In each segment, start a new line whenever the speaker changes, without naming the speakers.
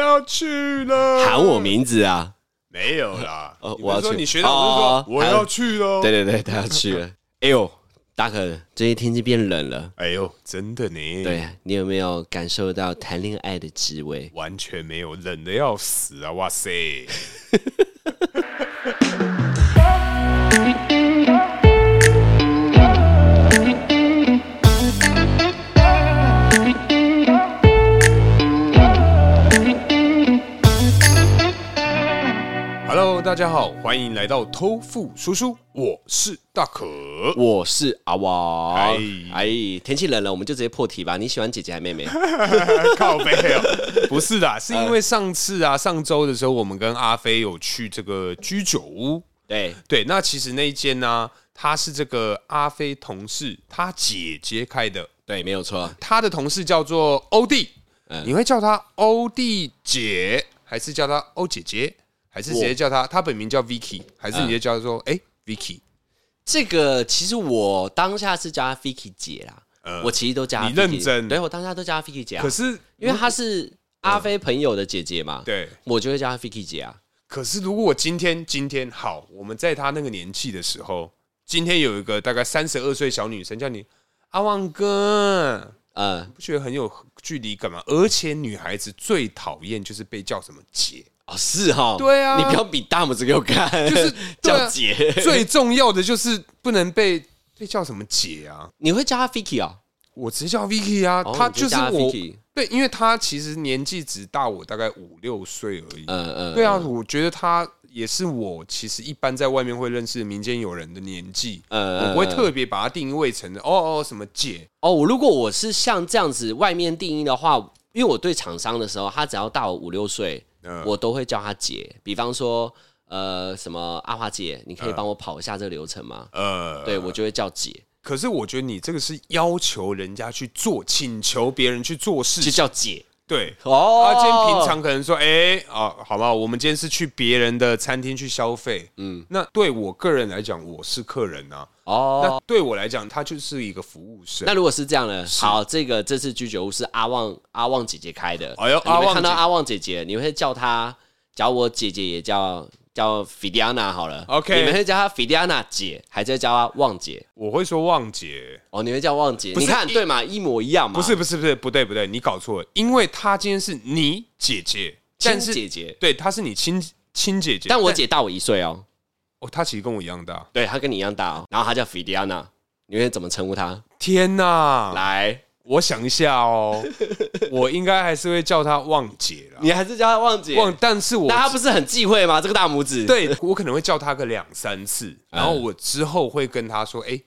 要去了，
喊我名字啊！
没有啦。
哦
你不
我要
是说
去
你学长就是说、
哦哦哦
我要去了。
对对对，他要去了。哎呦，大可，最近天气变冷了，
哎呦，真的呢，，
对你有没有感受到谈恋爱的滋味？
完全没有，冷的要死啊！哇塞，Hello，大家好，欢迎来到偷富叔叔，我是大可。
我是阿王。
哎
哎，天气冷了，我们就直接破题吧。你喜欢姐姐还 妹妹？
靠背哦，不是的，是因为上次啊，上周的时候，我们跟阿飞有去这个居酒屋。
对，
对，那其实那一间呢、他是这个阿飞同事他姐姐开的，
对，没有错。
他的同事叫做欧弟，
嗯
你会叫他欧弟姐，还是叫他欧姐姐，还是直接叫他？他本名叫 Vicky，还
嗯
是你就叫他说哎、Vicky？
这个其实我当下是叫她 Vicky 姐啦，我其实都叫她 Vicky,
呃你认真
对我当下都叫她 Vicky 姐、啊。
可是
因为她是阿飞朋友的姐姐嘛，，
对，
我就会叫她 Vicky 姐啊。
可是如果我今天今天好，我们在他那个年纪的时候，今天有一个大概三十二岁小女生叫你阿旺哥，
呃，
不觉得很有距离感吗？而且女孩子最讨厌就是被叫什么 姐，
哦，是哈，
对啊
你不要比大拇指给我看，就是
对
叫
啊
姐。
最重要的就是不能被被叫什么姐啊！
你会叫她 Vicky 哦？
我直接叫 Vicky 啊，
哦
她
你就
就是
叫她
我
Vicky
对，因为她其实年纪只大我大概五六岁而已。
嗯嗯，
对啊，我觉得她也是我其实一般在外面会认识民间友人的年纪。
呃
我不会特别把它定位成哦哦什么姐，
哦，我如果我是像这样子外面定义的话，因为我对厂商的时候，他只要大我五六岁，
嗯
我都会叫她姐。比方说，呃，什么阿华姐，你可以帮我跑一下这个流程吗？
嗯呃，
对，我就会叫姐，
可是我觉得你这个是要求人家去做，请求别人去做事
就
情，
叫姐。
对。
哦
他啊今天平常可能说，哎、啊，好吧，我们今天是去别人的餐厅去消费，嗯，那对我个人来讲，我是客人啊，
哦。
那对我来讲，他就是一个服务生
那。如果是这样呢？好，这个这次居酒屋是阿旺阿旺姐姐开的。
哎呦
你会
阿旺
看到
姐
阿旺姐姐，你会叫她，叫我姐姐也叫叫菲迪安娜好了。
OK
你们会叫她菲迪安娜姐，还是会叫她旺姐？
我会说旺姐，
哦，你会叫旺姐？
不
你
是
看
一
对嘛，一模一样嘛。
不是，不是，不是，不对，不对，你搞错了，因为他今天是你姐姐，
亲
但是
姐姐，
对，她是你亲亲姐姐，
但我姐大我一岁哦，
哦，她其实跟我一样大。
对她跟你一样大哦。然后她叫菲迪安娜，你会怎么称呼她？
天呐，
来，
我想一下哦， 我应该还是会叫她旺姐啦。
你还是叫她旺姐。
旺，但是我
那她不是很忌讳吗？这个大拇指。，
对我可能会叫她个两三次，然后
嗯
我之后会跟她说，哎、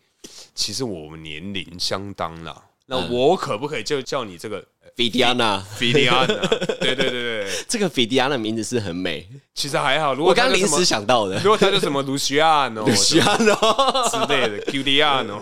其实我们年龄相当啦，那
嗯
我可不可以就叫你这个
菲迪安娜，
菲利安啊？ 对对对对，
这个菲迪安娜名字是很美，
其实还好，如
我
果
刚
她叫
刚临
什么
时，想到的。
如果她叫什么卢西亚诺
喜欢哦，
之类的 q d 亚诺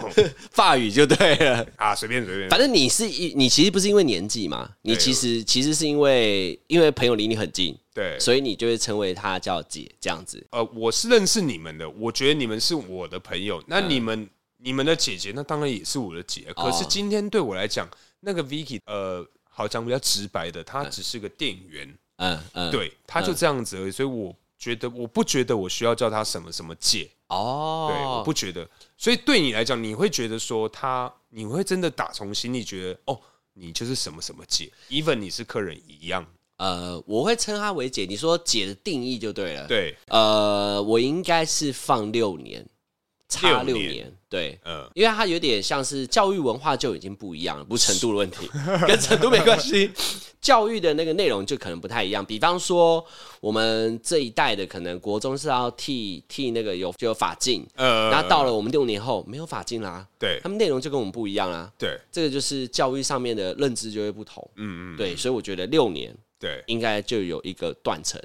法语就对了。
啊，随便随便，
反正你是一，你其实不是因为年纪嘛，你
对
其实其实是因为因为朋友离你很近，
对。
所以你就会称为她叫姐这样子。
呃，我是认识你们的，我觉得你们是我的朋友，
嗯
那你们、你们的姐姐，那当然也是我的姐。可
哦
是今天对我来讲，那个 Vicky，呃，好讲比较直白的，她只是个店员，
嗯嗯，
对，她就这样子而已。所以我觉得，我不觉得我需要叫她什么什么姐，对，我
哦，
不觉得。所以对你来讲，你会觉得说她，你会真的打从心里觉得，哦，你就是什么什么姐，even 你是客人一样，
呃，我会称她为姐。你说姐的定义就对了。，
对，
呃，我应该是放六年，差
六
六
年
年，对。
呃，
因为它有点像是教育文化就已经不一样了，不是程度的问题， 跟程度没关系。教育的那个内容就可能不太一样，比方说我们这一代的可能国中是要剃剃那个有就有发镜，
呃，
那到了我们六年后没有发镜啦，
对
他们内容就跟我们不一样啦。
对，
这个就是教育上面的认知就会不同，
嗯嗯，
对，所以我觉得六年
对，
应该就有一个断层，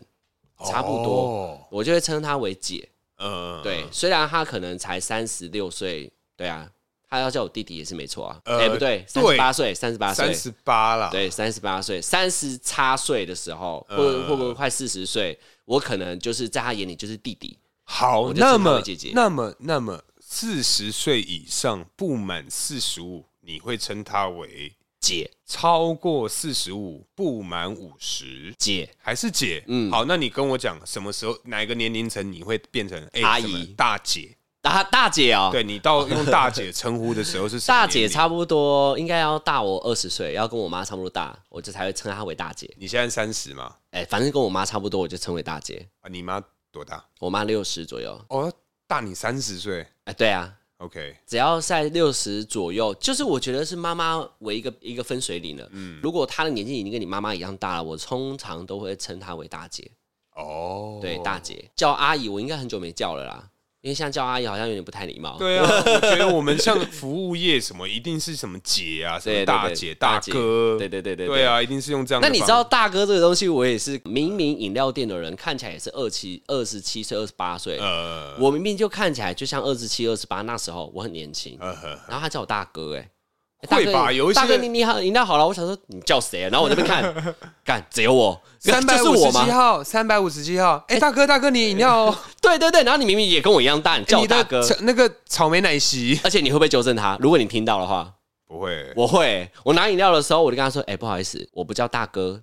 差不多，
哦
我就会称她为姐。
呃，
对，虽然他可能才三十六岁，对啊，他要叫我弟弟也是没错啊。哎、
呃
不对，三十
对
八岁，三十八岁
三，十八啦，
对，三十八岁，三十差岁的时候，或
呃
者会不会快四十岁，我可能就是在他眼里就是弟弟。
好，
我就称
那
她为
么
姐姐
那么那么四十岁以上不满四十五，你会称她为
解
超过四十五不满五十，
解
还是姐？
嗯
好，那你跟我讲什么时候哪一个年龄层你会变成、哎
阿
什么
姨
大姐？
大大姐哦，
对你到用大姐称呼的时候是什么
大姐
年龄
差不多应该要大我二十岁，要跟我妈差不多大，我就才会称她为大姐。
你现在三十嘛？
哎、反正跟我妈差不多，我就称为大姐。
啊，你妈多大？
我妈六十左右，
哦，大你三十岁。
哎、对啊，
OK，
只要在六十左右，就是我觉得是妈妈为一个一个分水岭了。
嗯
如果她的年纪已经跟你妈妈一样大了，我通常都会称她为大姐。
哦，
对，大姐叫阿姨，我应该很久没叫了啦，因为现在叫阿姨好像有点不太礼貌。
对啊，我觉得我们像服务业什么，一定是什么姐啊，什
对，对
么
对
大姐、
大
大
姐
哥，
对对对对
对。啊，一定是用这样的
那
方。
你知道大哥这个东西，我也是，明明饮料店的人看起来也是二七、二十七岁、二十八岁，
呃，
我明明就看起来就像二十七、二十八，那时候我很年轻，
呃呵呵
然后他叫我大哥、欸，哎，
会吧有一些
大哥你你好，饮料好了，我想说你叫谁、啊？然后我这边 看，干只有我，
三
这
百
是
五
我
十七
吗？
号，三百五十七号。哎、大哥，大哥，你饮料、哦，
对对对，然后你明明也跟我一样大，你叫
哎你
我大
的
哥，
草那个草莓奶昔
而且你会不会纠正他？如果你听到的话，
不会，
我会、我拿饮料的时候我就跟他说，哎、不好意思，我不叫大哥，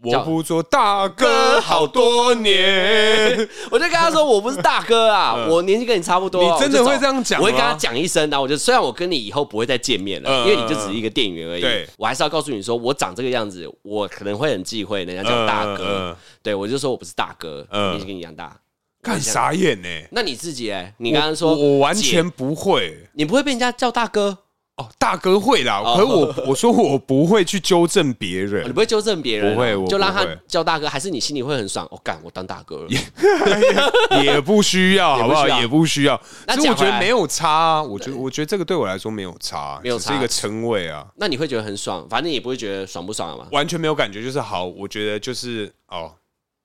我不做大哥好多年。
我就跟他说我不是大哥 啊，我年纪跟你差不多啊、
嗯你真的
我就
会
走
这样讲
我
吗
会跟他讲一声，然后我就虽然我跟你以后不会再见面了，
嗯
因为你就只是一个店员而已，
对
我还是要告诉你说，我长这个样子，我可能会很忌讳人家叫大哥，
嗯嗯
对我就说我不是大哥，
嗯
年纪跟你一样大。
干傻眼呢、
那你自己哎，你刚刚说
我我完
姐
全不会
你不会被人家叫大哥，
哦，大哥会啦，可是我我说我不会去纠正别
你
人，
不会纠正别人啊，
不会我
就让他
不会
叫大哥，还是你心里会很爽？我干，我当大哥了，
也不需要，好不好？
也
哎也不需要。
那
其实我
讲
觉
回来
得没有差啊，我觉得我觉得这个对我来说没有差，
没有
只
差
是一个称谓啊，
那你会觉得很爽，反正也不会觉得爽不爽嘛。
完全没有感觉。就是好，我觉得就是哦，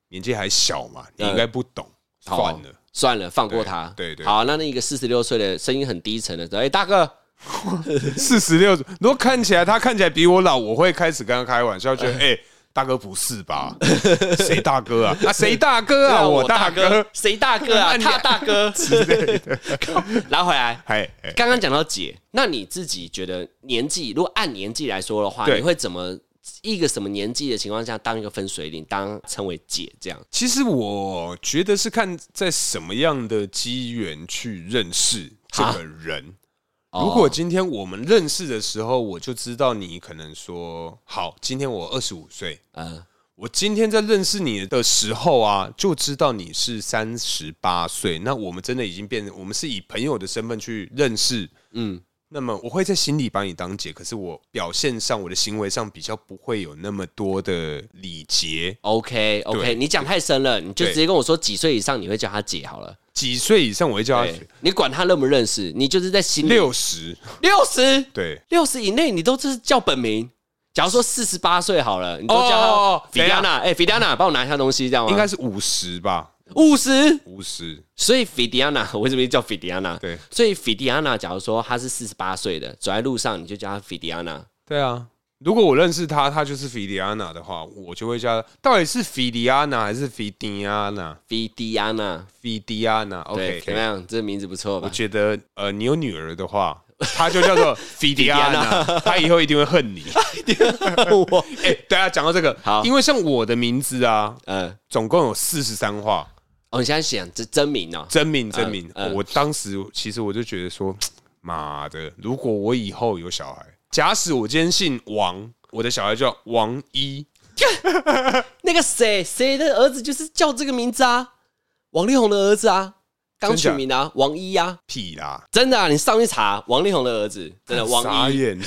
年纪还小嘛，你
嗯
应该不懂，算
好
了。
算了，放过他。
对对对
好，那那一个四十六岁的声音很低沉的说：“哎、大哥，
四十六，如果看起来他看起来比我老，我会开始跟他开玩笑，觉得哎、欸大哥不是 吧？谁大哥啊？啊， 谁大哥啊？我大哥，
谁大哥啊？
那你
他大哥之类 的。拿回来，
哎哎，
刚刚讲到姐，那你自己觉得年纪，如果按年纪来说的话，
对
你会怎么一个什么年纪的情况下当一个分水岭，当称为姐这样？
其实我觉得是看在什么样的机缘去认识这个人。如果今天我们认识的时候，我就知道你可能说好，今天我二十五岁，
呃，
我今天在认识你的时候啊，就知道你是三十八岁。那我们真的已经变成，我们是以朋友的身份去认识。
嗯，
那么我会在心里把你当姐，可是我表现上、我的行为上比较不会有那么多的礼节。
OK OK，
对
你讲太深了，你就
对
直接跟我说几岁以上你会叫她姐好了。
几岁以上我会叫她
对，你管她认不认识，你就是在心里
六十，
六十
对。
六十以内，你都是叫本名。假如说四十八岁好了，你都叫
哦
她
怎样
Fidiana，哎，Fidiana，帮我拿一下东西，这样吗？
应该是五十吧，
五十，
五十。
所以 Fidiana 我为什么叫 Fidiana？
对
所以 Fidiana，假如说她是四十八岁的，走在路上你就叫她 Fidiana。
对啊，如果我认识他，他就是菲迪安娜的话，我就会叫她。到底是菲迪安娜还是菲迪安娜？
Fidiana，
菲迪安娜
对
，OK，
怎么样？这个名字不错吧
我？觉得呃，你有女儿的话，她就叫 做菲迪安
菲
娜，她以后一定会恨 你。
我，
哎、大家讲到这个，
好
因为像我的名字啊，
呃，
总共有四十三话，
哦，你现在想这真名哦，
真名真名。
嗯嗯
我当时其实我就觉得说，妈的，如果我以后有小孩，假使我今天姓王，我的小孩叫王一，
那个谁谁的儿子就是叫这个名字啊，王力宏的儿子啊，刚
真
取
假
名的啊，王一啊，
屁啦，
真的啊，你上去查王力宏的儿子，真的
傻
王一
眼。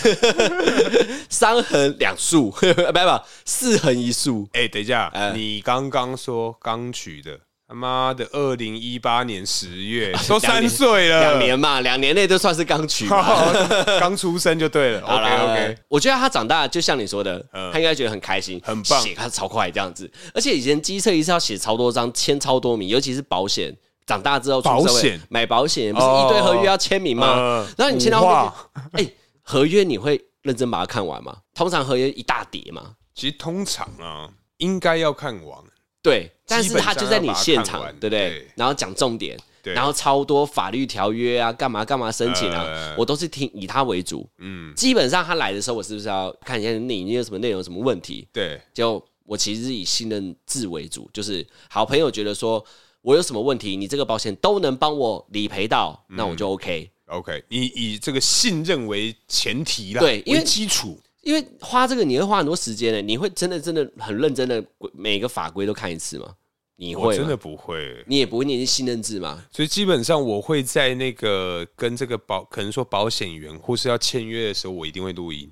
伤痕两竖， 不不不，四横一竖，
哎、等一下，
哎
你刚刚说刚取的，他妈的，二零一八年十月， 都
两
三
年
岁了，
两年嘛，两年内都算是刚取嘛。
嗯 好刚出生就对了。
好
OK
啦
OK，
我觉得他长大，就像你说的，
嗯
他应该觉得很开心，
很棒
写他超快这样子。而且以前机测一次要写超多张，签超多名，尤其是保险。长大之后出社
保
会
险哦
买保险，不是一堆合约要签名吗？
嗯
然后你签到
五
后面
画
就，哎、合约你会认真把它看完吗？通常合约一大叠嘛，
其实通常啊，应该要看完。
对，但是他
基本上
就在你
要把它
现
看
场，
完
对不对？
对
然后讲重点，
对
然后超多法律条约啊，干嘛干嘛申请啊，
呃
我都是听以他为主。
嗯，
基本上他来的时候，我是不是要看一下你你有什么内容、什么问题？
对，
就我其实是以信任制为主，就是好朋友觉得说我有什么问题，你这个保险都能帮我理赔到，
嗯
那我就 OK。
OK，以以这个信任为前提啦，
对因为
为基础，
因为花这个你会花很多时间的，你会真的真的很认真的每个法规都看一次吗？你
我
会
真
吗？
的不会。
你也不会念信任制吗？
所以基本上我会在那个跟这个保，可能说保险员或是要签约的时候，我一定会录音。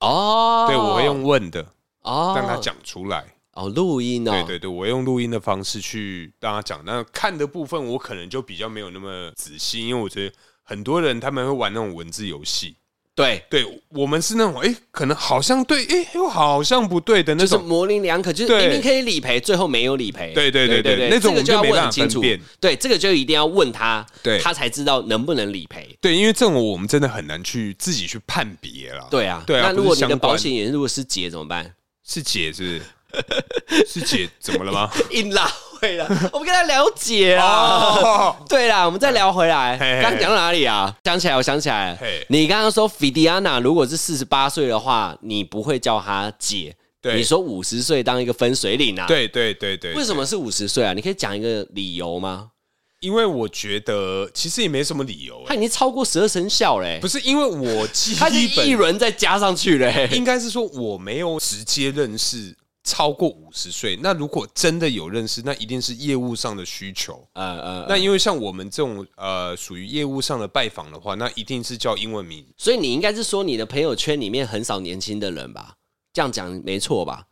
哦，
对，我会用问的，
哦
让他讲出来。
哦录音哦，
对对对，我用录音的方式去让他讲。那看的部分我可能就比较没有那么仔细，因为我觉得很多人他们会玩那种文字游戏。
对
对我们是那种哎、诶可能好像对，哎、又好像不对的那
就是
种。
模棱两可，就是
对
明明可以理赔，最后没有理赔。
对对对
对
对那种
这个就要
我们就没
问
办法
很清楚
分辨。
对，这个就一定要问他，
对
他才知道能不能理赔。
对，因为这种我们真的很难去自己去判别啦。，
对啊，
对啊
那如果
不是
你的
相关
保险员如果是姐怎么办？
是姐是不是？是姐怎么了 吗？
硬拉回来，我们跟他了解啊。
哦，
对啦，我们再聊回来。
嘿嘿
刚讲到哪里啊？想起来，我想起来了
嘿。
你刚刚说菲迪安娜如果是四十八岁的话，你不会叫她姐，
对
你说五十岁当一个分水岭啊？，
对对对对，
为什么是五十岁啊？你可以讲一个理由吗？
因为我觉得其实也没什么理由、
他
欸，
已经超过十二生肖嘞、
不是因为我基
他是一
本
轮再加上去嘞、
应该是说我没有直接认识超过五十岁。那如果真的有认识，那一定是业务上的需求。
呃呃，
那因为像我们这种呃属于业务上的拜访的话，那一定是叫英文名。
所以你应该是说你的朋友圈里面很少年轻的人吧？这样讲没错吧？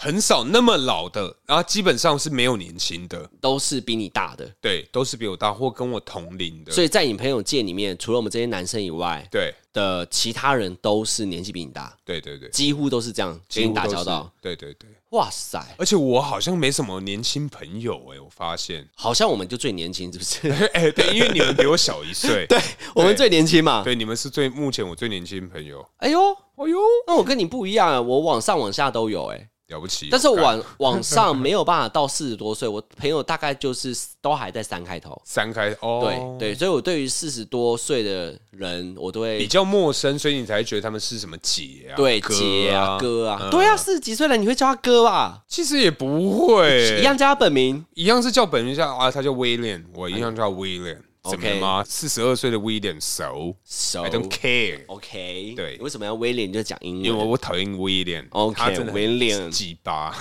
很少那么老的，然后基本上是没有年轻的，
都是比你大的，
对，都是比我大或跟我同龄的，
所以在你朋友界里面，除了我们这些男生以外
对，
的其他人都是年纪比你大，
对对对，
几乎都是这样
几
跟
乎
你打
都
交
是
道。，
对对对，
哇塞，
而且我好像没什么年轻朋友哎、我发现，
好像我们就最年轻，是不是？
哎、对，因为你们比我小一 岁，对
我们最年轻嘛。
对，你们是最目前我最年轻的朋友，
哎呦，哎呦，那我跟你不一样啊，我往上往下都有哎、
了不起，哦
但是
干
往往上没有办法到四十多岁，我朋友大概就是都还在三开头。
三开哦，
对对，所以我对于四十多岁的人，我都
比
会
较陌生，所以你才觉得他们是什么姐啊，
对
哥
姐啊
啊，
哥啊，对啊，四十几岁了你会叫他哥吧？
其实也不会
一样叫他本名，
一样是叫本名叫啊，他叫威廉，我一样叫威廉，怎么了吗？四十二岁的威廉熟
so
，I don't care，
哦 OK，
对
为什么要威廉就讲英
因为
文？
我讨厌威廉
OK，
他真的很
威廉
鸡 巴，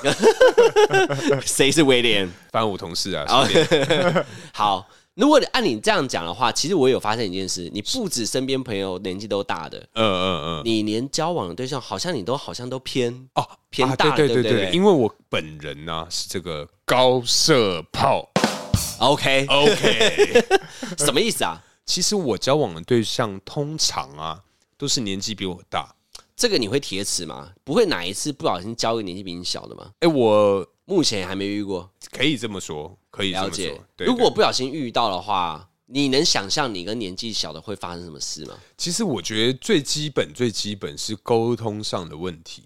谁是威廉？
反正我同事啊，
哦 好，如果你按你这样讲的话，其实我有发现一件事，你不止身边朋友年纪都大的，
嗯嗯嗯，
你连交往的对象好像你都好像都偏
哦，
偏
啊
大
对
对
对
不对
因为我本人呢是这个高射炮
OK，
哦 ，OK，
什么意思啊？
其实我交往的对象通常啊都是年纪比我大，
这个你会铁齿吗？不会哪一次不小心交个年纪比你小的吗？
哎，我
目前还没遇过。
可以这么说，可以这
了
么说
解。，
对
如
对
果不小心遇到的话，你能想象你跟年纪小的会发生什么事吗？
其实我觉得最基本最基本是沟通上的问题。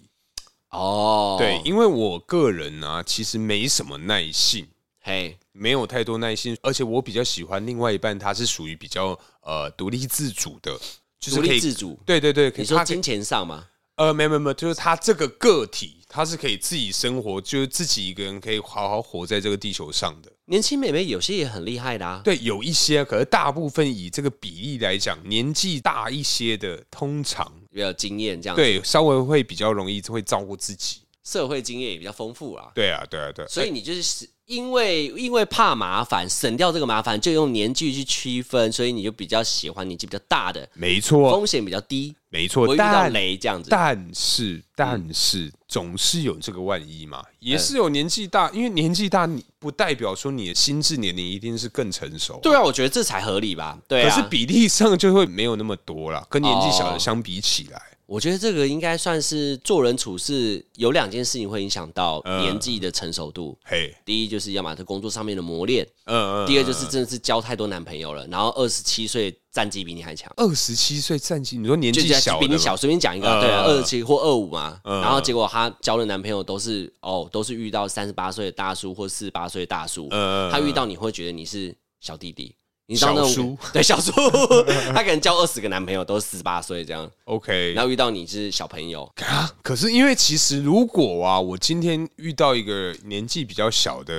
哦，
对，，因为我个人啊，其实没什么耐性，
嘿，
没有太多耐心，而且我比较喜欢另外一半，他是属于比较呃独立自主的，就是
独
可以
立自主。
对对对，可
你
以
说
他可以
金钱上吗？
呃没有没有没有，就是他这个个体，他是可以自己生活，就是自己一个人可以好好活在这个地球上的。
年轻妹妹有些也很厉害的啊。
对，有一些，可是大部分以这个比例来讲，年纪大一些的，通常
比较有经验这样，，
对稍微会比较容易会照顾自己。
社会经验也比较丰富啊。
对啊，对啊，对啊。
所以你就是因为因为怕麻烦，省掉这个麻烦，就用年纪去区分，所以你就比较喜欢年纪比较大的，
没错，
风险比较低，
没
不
错，
会遇到
但
雷这嗯样子。
但是，但是、总是有这个万一嘛，
嗯
也是有年纪大，因为年纪大，你不代表说你的心智年龄一定是更成熟，、
对啊，我觉得这才合理吧。对
可
啊，
是比例上就会没有那么多啦，跟年纪小
哦
的相比起来，
我觉得这个应该算是做人处事有两件事情会影响到
嗯
年纪的成熟度。
嘿，
第一就是要么在工作上面的磨练，
嗯嗯。
第二就是真的是交太多男朋友了，然后二十七岁战绩比你还强，
嗯二十七岁战绩，你说年
就
纪
是
小的
比你
吗
小，随便讲一个啊，
嗯
对啊，二
嗯
十七或二五嘛，
嗯
然后结果她交的男朋友都是哦，都是遇到三十八岁的大叔或四十八岁的大叔，
嗯，嗯
他遇到你会觉得你是小弟弟。你知道
小
那种
叔
对小叔， 他可能交二十个男朋友都是四十八岁这样，
OK
然后遇到你是小朋友，
啊。可是因为其实如果啊，我今天遇到一个年纪比较小的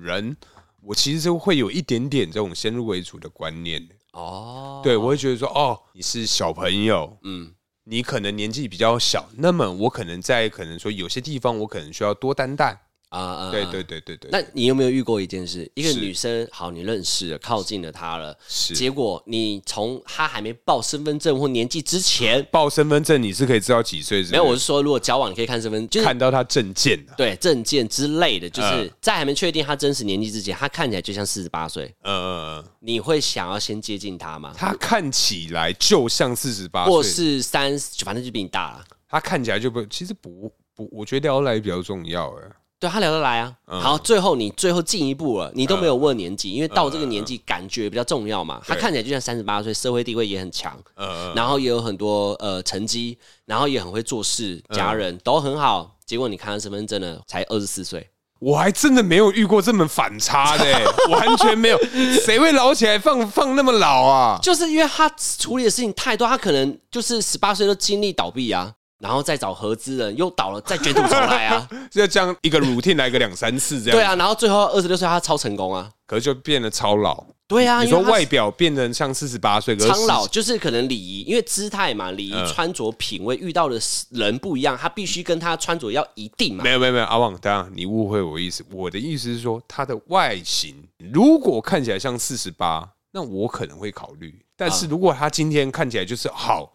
人，我其实就会有一点点这种先入为主的观念。
哦，
对，我会觉得说，哦，你是小朋友，
嗯，
你可能年纪比较小，那么我可能在可能说有些地方我可能需要多担待。
啊啊，
对
啊
对对对对，
那你有没有遇过一件事？一个女生，好，你认识了，靠近了她了，
是
结果你从她还没报身份证或年纪之前，
报身份证你是可以知道几岁，是不是
没有，我是说，如果交往你可以看身份，就是
看到他证件的，
对证件之类的，就是
嗯
在还没确定她真实年纪之前，她看起来就像四十八岁，
呃，
你会想要先接近她吗？
他看起来就像四十八
或
岁，
是三十，反正就比你大了。
他看起来就不，其实不不，我觉得聊得来比较重要哎。
对她聊得来啊，
嗯
好，最后你最后进一步了，你都没有问年纪，因为到这个年纪感觉比较重要嘛。她
嗯对
看起来就像三十八岁，社会地位也很强，
呃，
然后也有很多呃成绩，然后也很会做事，家
嗯
人、都很好。结果你看他身份证呢，才二十四岁，
我还真的没有遇过这么反差的 欸，完全没有，谁会老起来放放那么老啊？
就是因为他处理的事情太多，他可能就是十八岁都经历倒闭啊，然后再找合资人又倒了，再卷土重来 啊，
就这样一个 routine 来个两三次这样，
对，啊，然后最后二十六岁他超成功啊，
可是就变得超老。
对啊，
你说
因为他
外表变成像四十八岁，可是
苍老
实
就是可能礼仪，因为姿态嘛，礼仪、
嗯
穿着、品味，遇到的人不一样，他必须跟他穿着要一定嘛
没。有没有没有，阿旺，当然你误会我意思，我的意思是说他的外形如果看起来像四十八，那我可能会考虑，但
啊
是如果他今天看起来就是好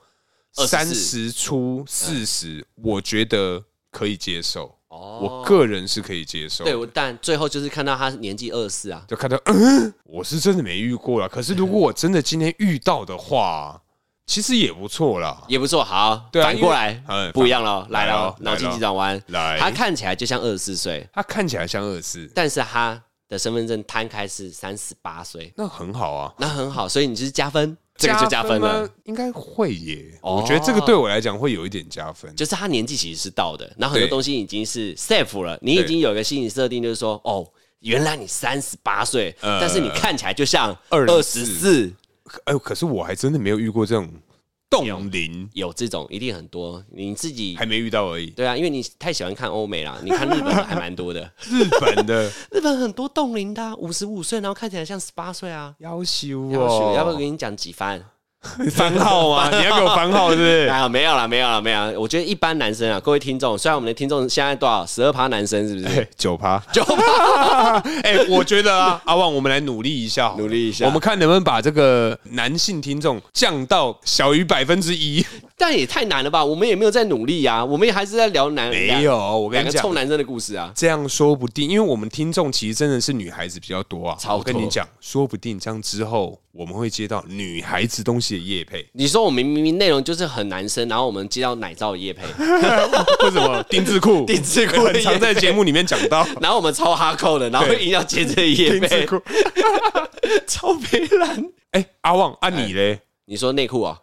三
24
十出四十，我觉得可以接受。
嗯哦
我个人是可以接受的。
对，我但最后就是看到他年纪二十四啊，
就看到，嗯，我是真的没遇过啦。可是如
嗯
果我真的今天遇到的话，其实也不错啦。
也不错，好，
对啊
反过来
因为哎
不一样了，来
来
了
咯，
脑筋急转弯，
来
他看起来就像二十四岁，
他看起来像二四，
但是他的身份证摊开是三十八岁，
那很好啊，
那很好，所以你就是加分，这个就加分了
吗。，应该会耶。
哦
我觉得这个对我来讲会有一点加分。
就是他年纪其实是到的，然后很多
对
东西已经是 safe 了，你已
对
经有一个心理设定，就是说，哦，原来你三十八岁，
呃
但是你看起来就像二十四
24，哎呦，可是我还真的没有遇过这种冻龄，
有这种一定很多，你自己
还没遇到而已。
对啊，因为你太喜欢看欧美啦，你看日本的还蛮 多的。
日本 的
日本很多冻龄的、啊，五十五岁，然后看起来像十八岁啊。
要修
要不
哦，
要不要跟你讲几番？
番号 吗？你要给我番号是不是？
啊，没有啦，没有啦，没有啦。我觉得一般男生啊，各位听众，虽然我们的听众现在多少十二趴男生是不是？
哎九趴，
九趴
哎、我觉得啊，阿旺，我们来努力一下好了，
努力一下
我们看能不能把这个男性听众降到小于百分之一。
但也太难了吧？我们也没有在努力啊，我们也还是在聊男
没有，我跟
两
你
个
讲
臭，男生的故事啊。
这样说不定，因为我们听众其实真的是女孩子比较多啊。
超多，
我跟你讲，说不定这样之后我们会接到女孩子东西的业配
你说我们明明内容就是很男生，然后我们接到奶罩的夜配，
为什么 丁字裤？
丁字裤的
很常在
业配
节目里面讲到。
然后我们超哈扣的，然后
对
硬要接这个夜
丁字
配，
裤，
超悲蓝。
哎、阿旺，啊你嘞？
你说内裤啊？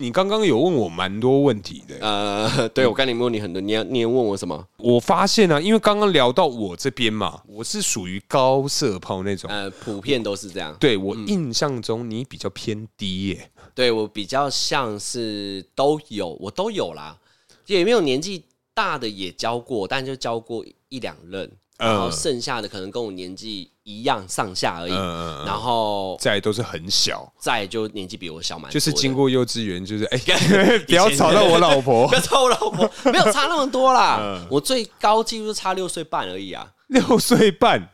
你刚刚有问我蛮多问题的、
呃，对，我刚才问你很多，你要你也问我什么？
我发现啊，因为刚刚聊到我这边嘛，我是属于高射炮那种，
呃，普遍都是这样。
对我印象中你比较偏低耶、
对我比较像是都有，我都有啦，也没有年纪大的也教过，但就教过一两任，
嗯
然后剩下的可能跟我年纪一样上下而已，
嗯
然后
再来都是很小，
再就年纪比我小蛮多的，
就是经 过幼稚园， 就是哎，不要吵到我老 婆
不，要吵我老婆，没有差那么多 啦，
嗯
我最高纪录就差六岁半而已啊，
六岁半。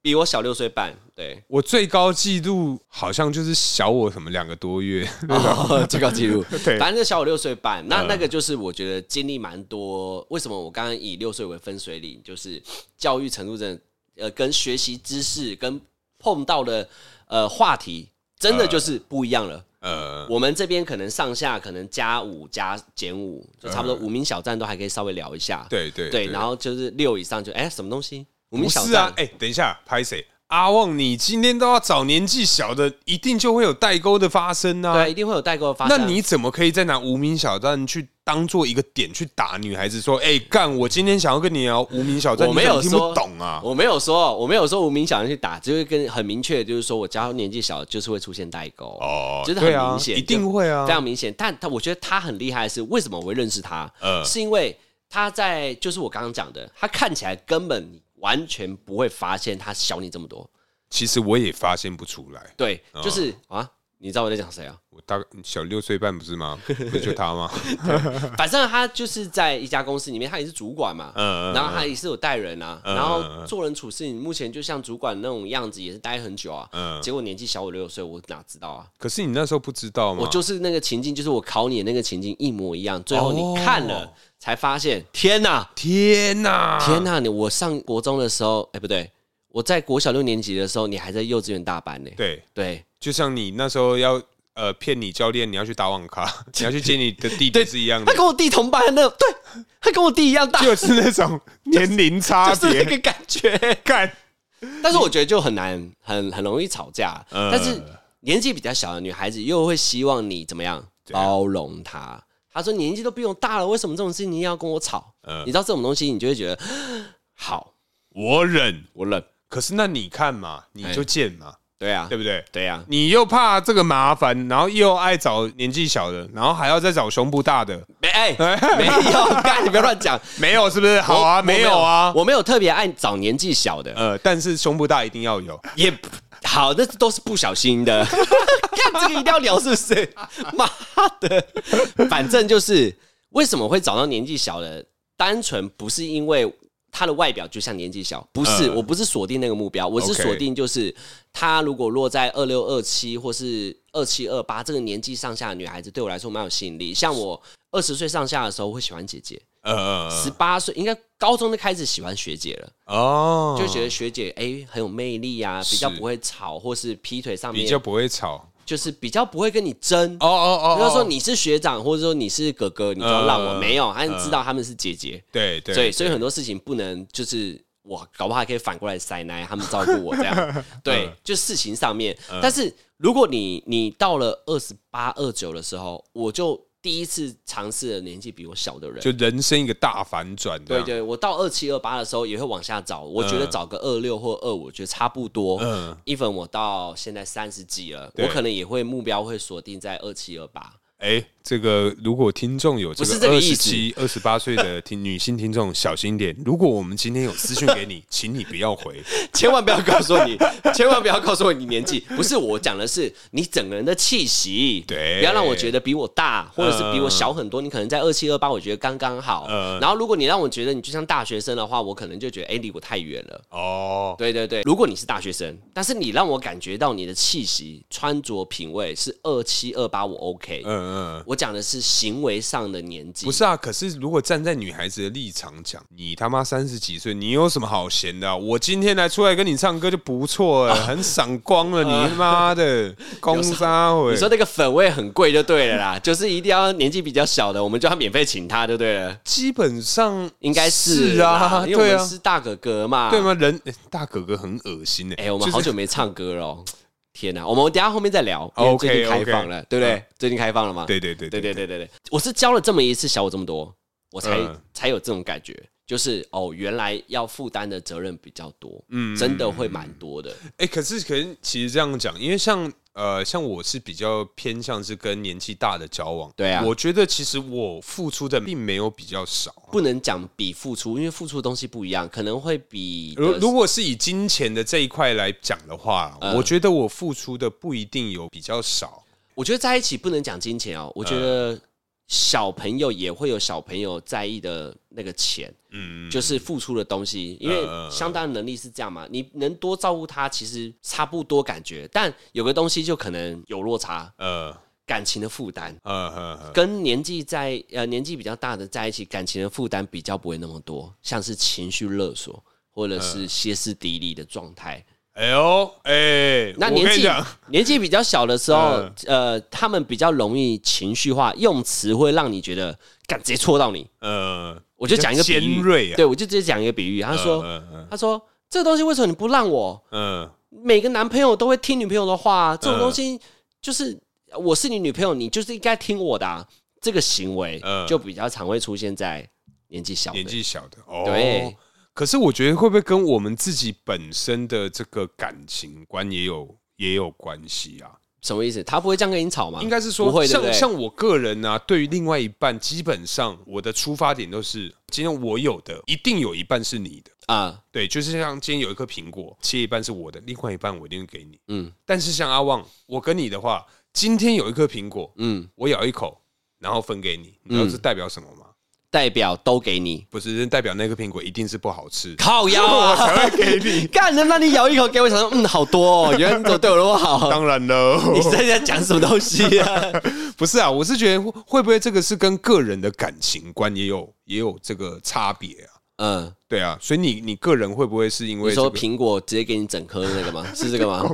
比我小六岁半，对，
我最高纪录好像就是小我什么两个多月，
哦，最高纪录，
对
反正就小我六岁半。那那个就是我觉得经历蛮多。为什么我刚刚以六岁为分水岭，就是教育程度真的，呃，跟学习知识跟碰到的呃话题，真的就是不一样了。
呃，
我们这边可能上下可能加五加减五，就差不多五名小站都还可以稍微聊一下。
对对
对，然后就是六以上就哎、什么东西？五名
不
小
是啊
站，，
哎、等一下，拍谁？阿旺，你今天都要找年纪小的，一定就会有代沟的发生啊。
对啊，一定会有代购的发
那
生。
你怎么可以再拿无名小站去当做一个点去打女孩子？说，哎、干，我今天想要跟你聊无名小站，
我没有
你怎么听
说
不懂啊。
我没有说，我没有说无名小站去打，只会跟很明确，就是说我只要年纪小，就是会出现代沟，
哦，
就是很
对啊
明显，
一定会啊
非。常明显。但他我觉得他很厉害的是，为什么我会认识他？
呃
是因为他在就是我刚刚讲的，他看起来根本你完全不会发现他小你这么多。
其实我也发现不出来，
对，就是、
嗯
啊，你知道我在讲谁啊？
我大小六岁半不是吗？不是就他吗？
反正他就是在一家公司里面，他也是主管嘛，
嗯
然后他也是有带人啊，
嗯
然后做人处事，你目前就像主管那种样子，也是待很久啊。
嗯，
结果年纪小我六岁，我哪知道啊？
可是你那时候不知道吗？
我就是那个情境，就是我考你的那个情境一模一样。最后
哦
你看了才发现，天哪，
天哪、
天哪！你我上国中的时候，哎，不对，我在国小六年级的时候，你还在幼稚园大班呢。
对，
对
就像你那时候要呃骗你教练，你要去打网 咖，你要去接你的弟弟是一样
他
的，
跟我弟同班的，对，他跟我弟一样大，
就是那种年龄差
就是那
别
个感觉。
干。
但是我觉得就很难，很很容易吵架。
呃
但是年纪比较小的女孩子又会希望你怎么样
样
包容她。她说：“年纪都比我大了，为什么这种事情你要跟我吵？”
呃
你知道这种东西，你就会觉得 好，
我忍，
我忍。
可是那你看嘛，你就见嘛，
对啊，
对不对？
对啊，
你又怕这个麻烦，然后又爱找年纪小的，然后还要再找胸部大的，
没哎、没有，干你不要乱讲。
没有是不是？好啊，
哎我
没有啊，
我没有特别爱找年纪小的，
呃，但是胸部大一定要有，
也好，那都是不小心的。 看这个一定要聊，是不是？ 妈的，反正就是为什么会找到年纪小的，单纯不是因为他的外表就像年纪小，不是，
嗯
我不是锁定那个目标，我是
OK
锁定就是他如果落在二六二七或是二七二八这个年纪上下的女孩子，对我来说蛮有吸引力。像我二十岁上下的时候会喜欢姐姐，
呃，
十八岁应该高中就开始喜欢学姐了。
哦，
就觉得学姐哎、很有魅力啊，比较不会吵，或是劈腿上
比
面
较哦不会吵。
就是比较不会跟你争。
哦哦哦
比如说你是学长，或者说你是哥哥，你就要让我、
嗯
没有，还是知道他们是姐姐，
对对，
所以所以很多事情不能就是我搞不好还可以反过来塞奶，他们照顾我这样， 对，
嗯
就事情上面。但是如果你你到了二十八、二九的时候，我就第一次尝试了年纪比我小的人，
就人生一个大反转，这
对
样，
对，我到二七二八的时候也会往下找，我觉得找个二六或二，我觉得差不多。
嗯，
一粉我到现在三十几了，
对
我可能也会目标会锁定在二七二八。
哎，这个如果听众有
不是
这
这
个
个
二
意
十
思
七、二十八岁 的听女性听众，小心点。如果我们今天有私讯给 你，请你不要回，
千万不要告诉你， 千万不要告诉我你年纪。不是我讲的是你整个人的气息，
对
不要让我觉得比我大，或者是比我小很多。你可能在二七二八，我觉得刚刚好。
嗯
然后如果你让我觉得你就像大学生的话，我可能就觉得哎，离我太远了。
哦，
对对对，如果你是大学生，但是你让我感觉到你的气息、穿着品味是二七二八，我 OK。
嗯嗯。
我讲的是行为上的年纪，
不是啊，可是如果站在女孩子的立场讲，你他妈三十几岁，你有什么好闲的、啊？我今天来出来跟你唱歌就不错
啊
了，很赏光 了，你他妈的，公杀回
你。说那个粉味很贵就对 了啦，就是一定要年纪比较小的，我们就要免费请他就对了，
基本上
应该
是
是啦
啊，
因为
对
我
啊
们，是大哥哥嘛，
对？吗？人、欸大哥哥很恶心哎、
啊哎，我
就
们
是
好久没唱歌了哦，天哪，我们等一下后面再聊，因为
OK，
最近开放了
OK，
对不对？最近开放了嘛？
哦嗯对对对
对对对对对，我是教了这么一次，小我这么多，我才、
嗯
才有这种感觉，就是哦，原来要负担的责任比较多，
嗯
嗯，真的会蛮多的，
哎、可是可是其实这样讲，因为像呃，像我是比较偏向是跟年纪大的交往，
对啊
我觉得其实我付出的并没有比较少啊、
不能讲比付出，因为付出的东西不一样，可能会比
如
呃
如果是以金钱的这一块来讲的话，
嗯
我觉得我付出的不一定有比较少。
我觉得在一起不能讲金钱哦，我觉
嗯
得小朋友也会有小朋友在意的那个钱，
嗯，
就是付出的东西，因为相当的能力是这样嘛，你能多照顾他，其实差不多感觉，但有个东西就可能有落差，
呃
感情的负担。
呃呃，
跟年纪在呃年纪比较大的在一起，感情的负担
嗯
比较不会那么多，像是情绪勒索或者是歇斯底里的状态，
哎呦，哎，
那
我
年
跟你
纪
讲，
年纪比较小的时候，
嗯
呃，他们比较容易情绪化，用词会让你觉得敢直接戳到你。
呃，
我就讲一个比
尖
喻
锐啊，
对，我就直接讲一个比喻，
他
他说，
嗯
他说这个东西为什么你不让我？
嗯
每个男朋友都会听女朋友的话、啊，这
嗯
种东西就是我是你女朋友，你就是应该听我的、啊。这个行为
嗯
就比较常会出现在年纪小的
年纪小的哦，
对。
可是我觉得会不会跟我们自己本身的这个感情观也有也有关系啊？
什么意思？他不会这样跟你吵吗？
应该是
啊不
说，
会对不
像
对
像我个人呢、啊，对于另外一半，基本上我的出发点都是，今天我有的一定有一半是你的，
啊，
对，就是像今天有一颗苹果，切一半是我的，另外一半我一定会给你。
嗯
但是像阿旺，我跟你的话，今天有一颗苹果，
嗯，
我咬一口，然后分给你，你知道这代表什么吗？
代表都给你
不是，这代表那个苹果一定是不好吃，
靠腰
我
啊！。
才会给你
干，那那你咬一口给我，想说嗯，好多哦，原来你怎么对我那么好？
当然了，
你是在讲什么东 西啊？
不是啊，我是觉得会不会这个是跟个人的感情观也有也有这个差别啊？
嗯，
对啊，所以你你个人会不会是因
你
为、这
说
个
苹果直接给你整颗的那 个吗？是这个吗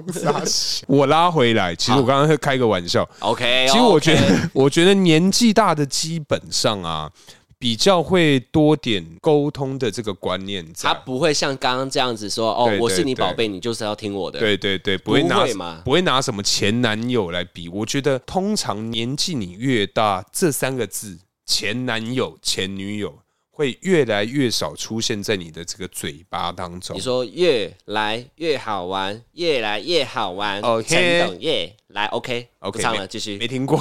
我拉回来，其实我刚刚在开个玩笑，
？OK，哦
其实我觉
哎 OK
得， 我觉得年纪大的基本上啊，比较会多点沟通的这个观念在
他不会像刚刚这样子说哦
对，
我
对
是你
对
宝贝，你就是要听我的。
对对对，不会拿
不会嘛
不会拿什么前男友来比。我觉得通常年纪你越大，这三个字前男友、前女友会越来越少出现在你的这个嘴巴当中
你。说越来越好玩，越来越好玩。
OK
陈董越来 OK
OK，
不唱了，
没
继 续。
没听过，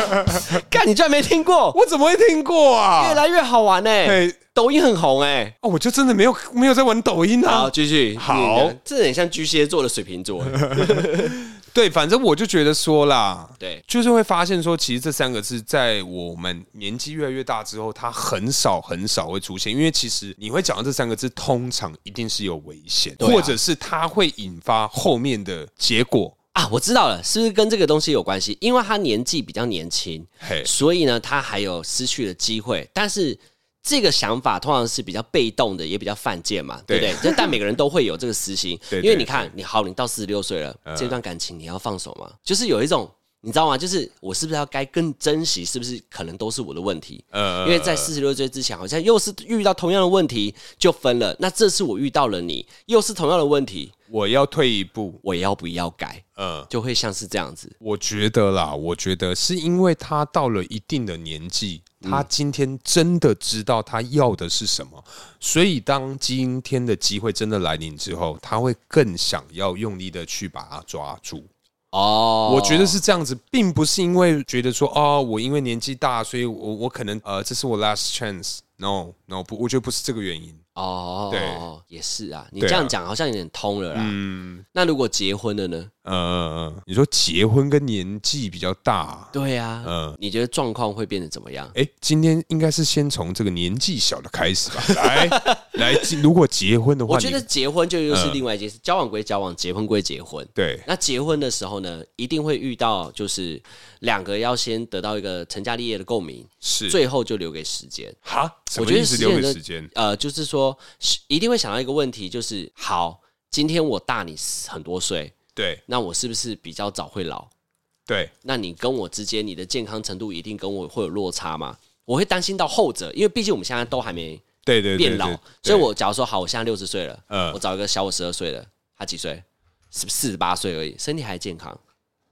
干，你居然没听过？
我怎么会听过
越
啊？
来越好玩呢，
对，
抖音很红哎。
哦，我就真的没有没有在玩抖音啊
好，。继续。
好
你，这很像巨蟹座的水瓶座。
对，反正我就觉得说啦，
对，
就是会发现说，其实这三个字在我们年纪越来越大之后，它很少很少会出现，因为其实你会讲到这三个字，通常一定是有危险，
对啊
或者是它会引发后面的结果。
啊，我知道了，是不是跟这个东西有关系？因为他年纪比较年轻，
嘿，
所以呢，他还有失去的机会。但是这个想法通常是比较被动的，也比较犯贱嘛，对
对
不对？ 就但每个人都会有这个私 心，
对对
因为你看，你好，你到四十六岁了，这段感情你要放手吗？就是有一种。你知道吗？就是我是不是要该更珍惜？是不是可能都是我的问题？
呃
因为在四十六岁之前，好像又是遇到同样的问题就分了。那这次我遇到了你，又是同样的问题，
我要退一步，
我要不要改？
呃，
就会像是这样子。
我觉得啦，我觉得是因为他到了一定的年纪，
嗯
他今天真的知道他要的是什么，所以当今天的机会真的来临之后，他会更想要用力的去把它抓住。
哦，
我觉得是这样子，并不是因为觉得说哦，我因为年纪大，所以我我可能呃，这是我 last chance。No No，不，我觉得不是这个原因。
哦，
对
也是啊，你
对
这
啊
样讲好像有点通了啦。
嗯，
那如果结婚了呢？
呃，你说结婚跟年纪比较大，
对啊，
嗯
你觉得状况会变得怎么样？
哎，今天应该是先从这个年纪小的开始吧。 来来，如果结婚的话，
我觉
你嗯
得结婚就又是另外一件事，交往归交往，结婚归结婚。
对，
那结婚的时候呢，一定会遇到就是两个要先得到一个成家立业的共鸣，
是
最后就留给时间。
哈，什
我
么
觉得
意思？
时
留
间
给
的
时间
呃，就是说是一定会想到一个问题，就是好，今天我大你很多岁，
对
那我是不是比较早会老？
对，
那你跟我之间你的健康程度一定跟我会有落差嘛？我会担心到后者，因为毕竟我们现在都还没
对对对
变
对
老，
对
所以我假如说好，我现在六十岁了，
嗯
我找一个小我十二岁的，他几岁？是四十八岁而已，身体还健康。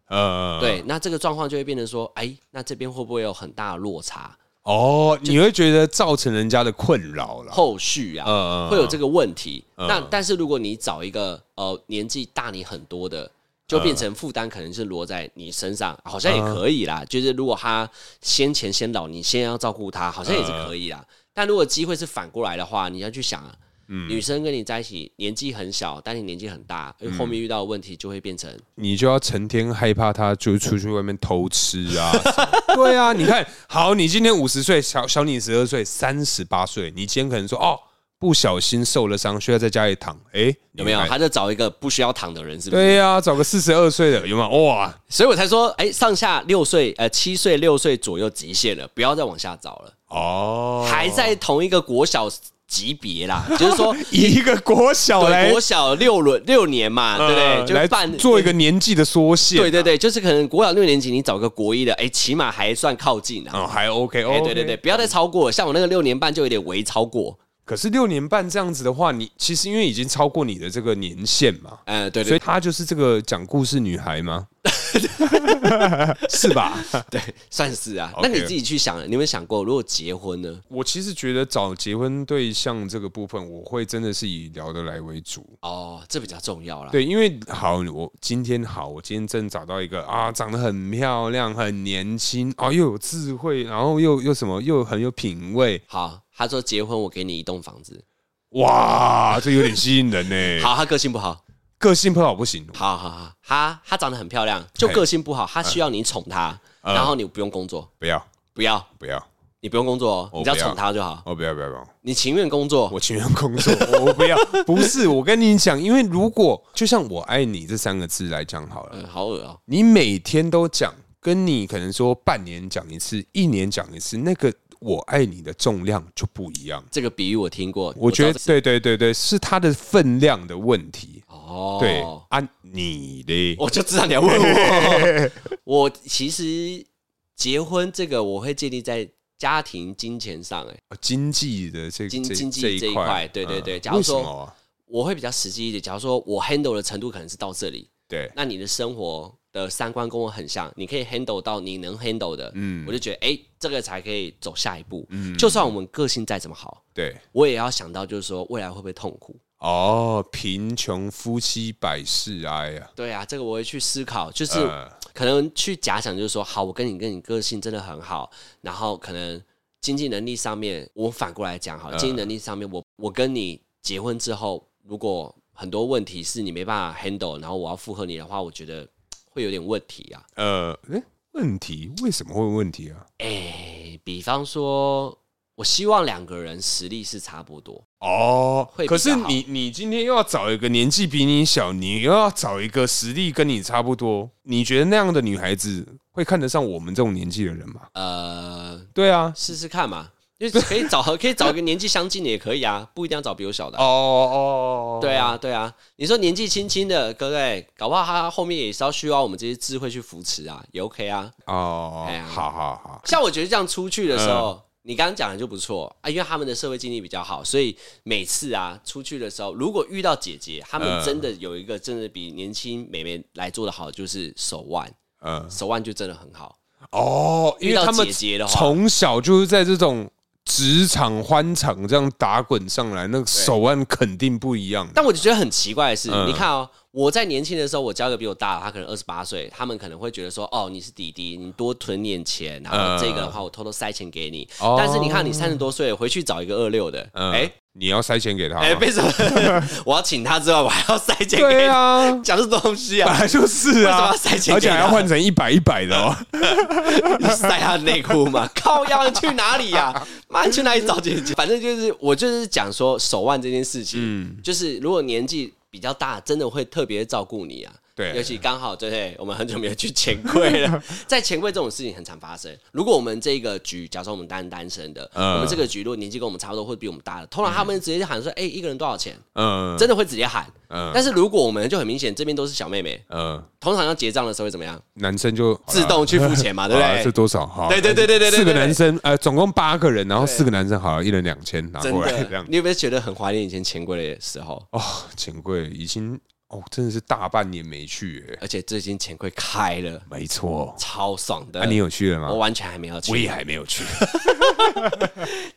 呃
对，那这个状况就会变成说，哎，那这边会不会有很大的落差？
哦，你会觉得造成人家的困扰了。
后续啊，
呃
会有这个问题。
嗯
那但是如果你找一个呃年纪大你很多的，就变成负担可能是落在你身上，好像
嗯
也可以啦。就是如果他先前先老，你先要照顾他，好像也是
嗯
可以啦。但如果机会是反过来的话，你要去想啊，
嗯
女生跟你在一起年纪很小，但你年纪很大，
嗯
因为后面遇到的问题就会变成
你就要成天害怕他，就出去外面偷吃啊。什么对啊，你看，好，你今天五十岁，小小你十二岁，三十八岁，你今天可能说哦，不小心受了伤，需要在家里躺。哎、
有没有？
你看
他就找一个不需要躺的人，是不是？
对呀、找个四十二岁的有没有？哇，
所以我才说，哎，上下六岁，呃，七岁、六岁左右极限了，不要再往下找了。
哦，
还在同一个国小级别 啦，就是说
以一个国小
对
来
国小六轮六年嘛，对不对？
呃
就
来
是办
做一个年纪的缩限，
对对对，就是可能国小六年级你找个国一的，哎，起码还算靠近啊。
哦，还 OK 哦
哎，，对对对，。不要再超过，像我那个六年半就有点微超过。
可是六年半这样子的话，你其实因为已经超过你的这个年限嘛，
嗯，对
所以
对
她就是这个讲故事女孩 吗？是吧？
对，算是啊。
OK
那你自己去想，你有没有想过，如果结婚呢？
我其实觉得找结婚对象这个部分，我会真的是以聊得来为主。
哦，这比较重要啦。
对，因为好，我今天好，我今天真找到一个啊，长得很漂亮，很年轻，哦，又有智慧，然后又又什么，又很有品味，
好，他说结婚我给你一栋房子。
哇，这有点吸引人呢。
好，他个性不好，
个性不好不行，
好好好，他他长得很漂亮，就
嘿
个性不好，他需要你宠他，
哎嗯
然后你不用工作，
不要
不要，
不要，
你不用工作哦，
我
你只要
不要
宠他就好，
哦，不要不要不要，
你情愿工作，
我情愿工作， 我我不要。不是，我跟你讲，因为如果就像“我爱你”这三个字来讲好了，
嗯，好恶哦，
你每天都讲，跟你可能说半年讲一次，一年讲一次，那个“我爱你”的重量就不一样。
这个比喻我听过，
我觉得
知道
对对对对，是它的分量的问题。
哦，
对啊，你嘞？
我就知道你要问 我。我其实结婚这个我会建立在家庭金钱上、欸，哎，
经济的这
经
这
经济
这
这一
一
块
块，
对对对
嗯
假如
为什
说
么啊
我会比较实际一点。假如说我 handle 的程度可能是到这里，
对
那你的生活的三观跟我很像，你可以 handle 到你能 handle 的，
嗯
我就觉得哎、欸这个才可以走下一步。
嗯
就算我们个性再怎么好，
对
我也要想到就是说未来会不会痛苦。
哦，贫穷夫妻百事哀啊，
对啊，这个我会去思考，就是
呃
可能去假想，就是说，好，我跟你跟你个性真的很好，然后可能经济能力上面，我反过来讲好，经济能力上面，我我跟你结婚之后，如果很多问题是你没办法 handle，然后我要附和你的话，我觉得嘖会有点问题啊。
呃，诶问题为什么会有问题啊？
哎，比方说，我希望两个人实力是差不多，
哦
会，比较
可是你你今天又要找一个年纪比你小，你又要找一个实力跟你差不多，你觉得那样的女孩子会看得上我们这种年纪的人吗？
呃，
对啊，
试试看嘛，就是可以找可以找一个年纪相近的也可以啊，不一定要找比我小的啊
哦哦，
对，啊，对啊，你说年纪轻轻的，各位，搞不好他后面也是要需要我们这些智慧去扶持啊，也 OK 啊。
哦
哎呀，
好好好，
像我觉得这样出去的时候，
嗯
你刚刚讲的就不错啊，因为他们的社会经历比较好，所以每次啊出去的时候，如果遇到姐姐，他们
嗯
真的有一个真的比年轻妹妹来做的好，就是手腕，
嗯，
手腕就真的很好。
哦，因
遇
为
到
他们
姐姐的话，
从小就是在这种职场欢场这样打滚上来，那个手腕肯定不一样。
但我就觉得很奇怪的是，
嗯
你看哦，我在年轻的时候，我交一个比我大的，他可能二十八岁，他们可能会觉得说，哦，你是弟弟，你多存点钱，然后
嗯
这个的话，我偷偷塞钱给你。
哦
但是你看，你三十多岁回去找一个二六的，
嗯哦
哎
你要塞钱给他吗，
哎，为什么 我要请他之外，我还要塞钱给
对
他？
啊，
讲这种东西
本
啊，
来就是
为什么
啊
要塞，钱
而
给
且还要
他
换成一百一百的哦。
你 塞他的内裤 嘛？靠腰，你去哪里呀、妈，你去哪里找姐姐？反正就是我就是讲说手腕这件事情，
嗯
就是如果年纪比较大，真的会特别照顾你啊。
对
尤其刚好对不对，我们很久没有去钱柜 了，在钱柜这种事情很常发生。如果我们这个局，假设我们单单身的，
嗯
我们这个局如果年纪跟我们差不多，或者比我们大的，通常他们直接喊说：“哎、一个人多少钱？”
嗯，
真的会直接喊。
嗯
但是如果我们就很明显，这边都是小妹妹，
呃，
通常要结账的时候会怎么样？
男生就
自动去付钱嘛，对 不
啊
对？
是多少？好，
对对对对对对
四个
对
男生，呃，总共八个人，然后四个男生，好，一人两千，拿
真
过来这
的
样，。
你有没有觉得很怀念以前钱柜的时候？
哦，钱柜已经哦，真的是大半年没去耶，
而且最近钱柜开了，
没错。啊
超爽的。
那你有去了吗？
我完全还没有
我
去
也还没有去。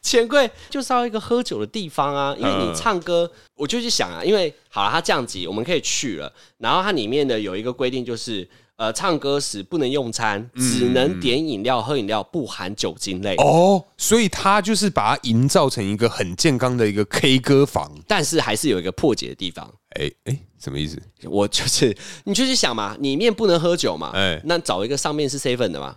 钱柜，就是要一个喝酒的地方啊，因为
呃
你唱歌，我就去想啊，因为好了，它降级，我们可以去了。然后它里面的有一个规定就是，呃，唱歌时不能用餐，只能点饮料、喝饮料，不含酒精类。
嗯哦，所以他就是把它营造成一个很健康的一个 K 歌房。
但是还是有一个破解的地方，
哎哎，什么意思？
我就是你就去想嘛，里面不能喝酒嘛，
哎
那找一个上面是 seven 的嘛，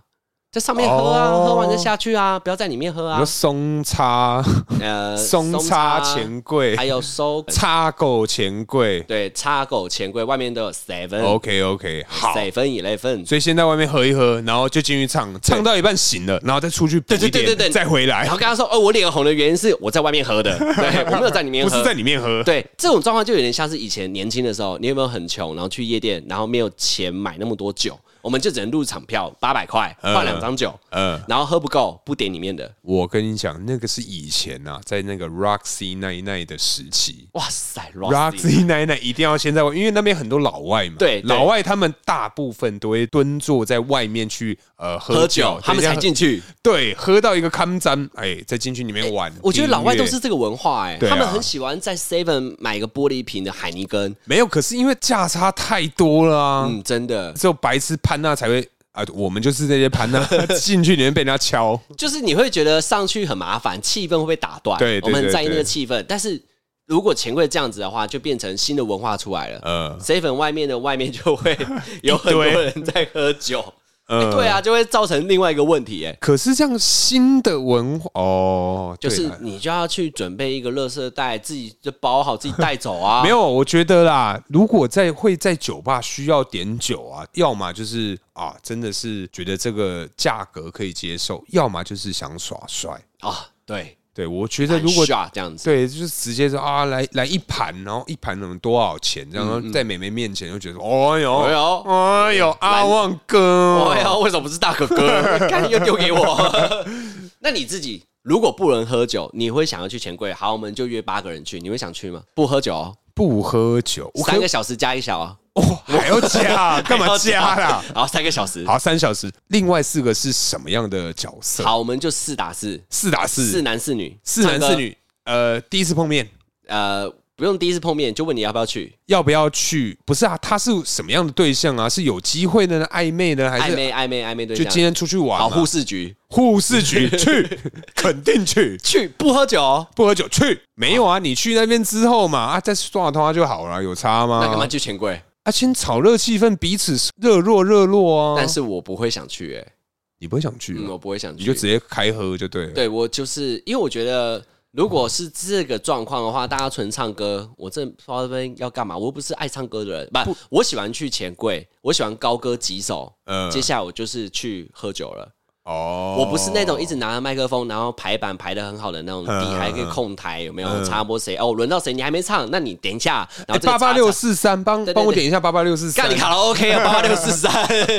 在上面喝啊，
哦
喝完再下去啊，不要在里面喝
你说
啊。
松叉、
呃，
松叉钱柜
还、有收
叉狗钱柜
对插狗钱柜外面都有 seven
，OK OK，好。
seven eleven，
所以先在外面喝一喝，然后就进去唱，唱到一半醒了，然后再出去补一
对对
点，
对对对
再回
然
来
后，跟他说哦，我脸红的原因是我在外面喝的，对我没有在里面
不
喝，
是在里面喝。
对，这种状况就有点像是以前年轻的时候，你有没有很穷，然后去夜店，然后没有钱买那么多酒，我们就只能入场票八百块
嗯
换两张酒，
呃，
然后喝不够不点里面的。
我跟你讲，那个是以前呐、啊，在那个 Roxy Night Night 的时期
哇塞 Roxy，
，Roxy Night Night 一定要先在外，因为那边很多老外嘛，
对对
老外他们大部分都会蹲坐在外面去呃
喝
喝
酒
酒，
他们才，进去。
对，喝到一个康詹，哎，再进去里面玩。
我觉得
听音
老外都
乐
是这个文化哎、
对啊
他们很喜欢在 Seven 买个玻璃瓶的海尼根，
没有，可是因为价差太多了啊，
嗯，真的
只有白痴潘娜才会啊，我们就是这些潘娜进去里面被人家敲，
就是你会觉得上去很麻烦，气氛会被打断，
对对
我们很
对
在意那个
对
气氛，但是。如果钱柜这样子的话，就变成新的文化出来了。
呃
seven 外面的外面就会有很多人在喝酒，
呃
对，啊，就会造成另外一个问题、哎，
可是这样新的文化哦，
就
对
是
啦
你就要去准备一个垃圾袋，自己就包好自己带走啊。
没有，我觉得啦，如果在会在酒吧需要点酒啊，要么就是啊，真的是觉得这个价格可以接受，要么就是想耍帅。
啊，对，
对，我觉得如果
shot 这样子，
对，就是直接说啊，来来一盘，然后一盘怎么多少钱？然后在美眉面前就觉得，哦哟，
嗯哎呦
哎呦，阿旺
哎
哥，
呦，为什么不是大哥哥？ 看又丢给我。 那你自己如果不能喝酒，你会想要去钱柜？好，我们就约八个人去，你会想去吗？不喝酒、哦，
不喝酒，我
三
可
个小时加一小啊，
哦还 要加，干嘛加啦？
然啊后三个小时。
好，三小时，另外四个是什么样的角色？
好，我们就四打四，
四打四，
四男四女，
四男
唱
四
歌
女，呃，第一次碰面
呃，不用第一次碰面就问你要不要去，
要不要去？不是啊，他是什么样的对象啊？是有机会的呢，暧昧呢，还
暧
是
昧暧昧暧昧对
就
象，
今天出去玩
好
嘛？
护士局
护士 局去，肯定去，
去不喝酒哦，
不喝酒去。没有啊，你去那边之后嘛，啊，再耍通话就好了，有差
那干嘛
吗？
去钱柜？
啊，先炒热气氛，彼此热络热络啊。
但是我不会想去，哎，
你不会想去
嗯，
啊，
我不会想
你就
去
直，接开喝就对了。
对我就是因为我觉得。如果是这个状况的话，大家纯唱歌，我真的不知道这边要干嘛。我又不是爱唱歌的人，不，我喜欢去钱柜，我喜欢高歌几首。
嗯
接下来我就是去喝酒了。
哦，
我不是那种一直拿着麦克风，然后排版排的很好的那种，
嗯
底还可以控台，有没有插播谁？哦，轮到谁你还没唱，那你等一下，然后这
哎八
个插
八六，四三，帮
对对
帮我点一下八八六四
插
三
干你。卡拉 OK 啊，八八六四三。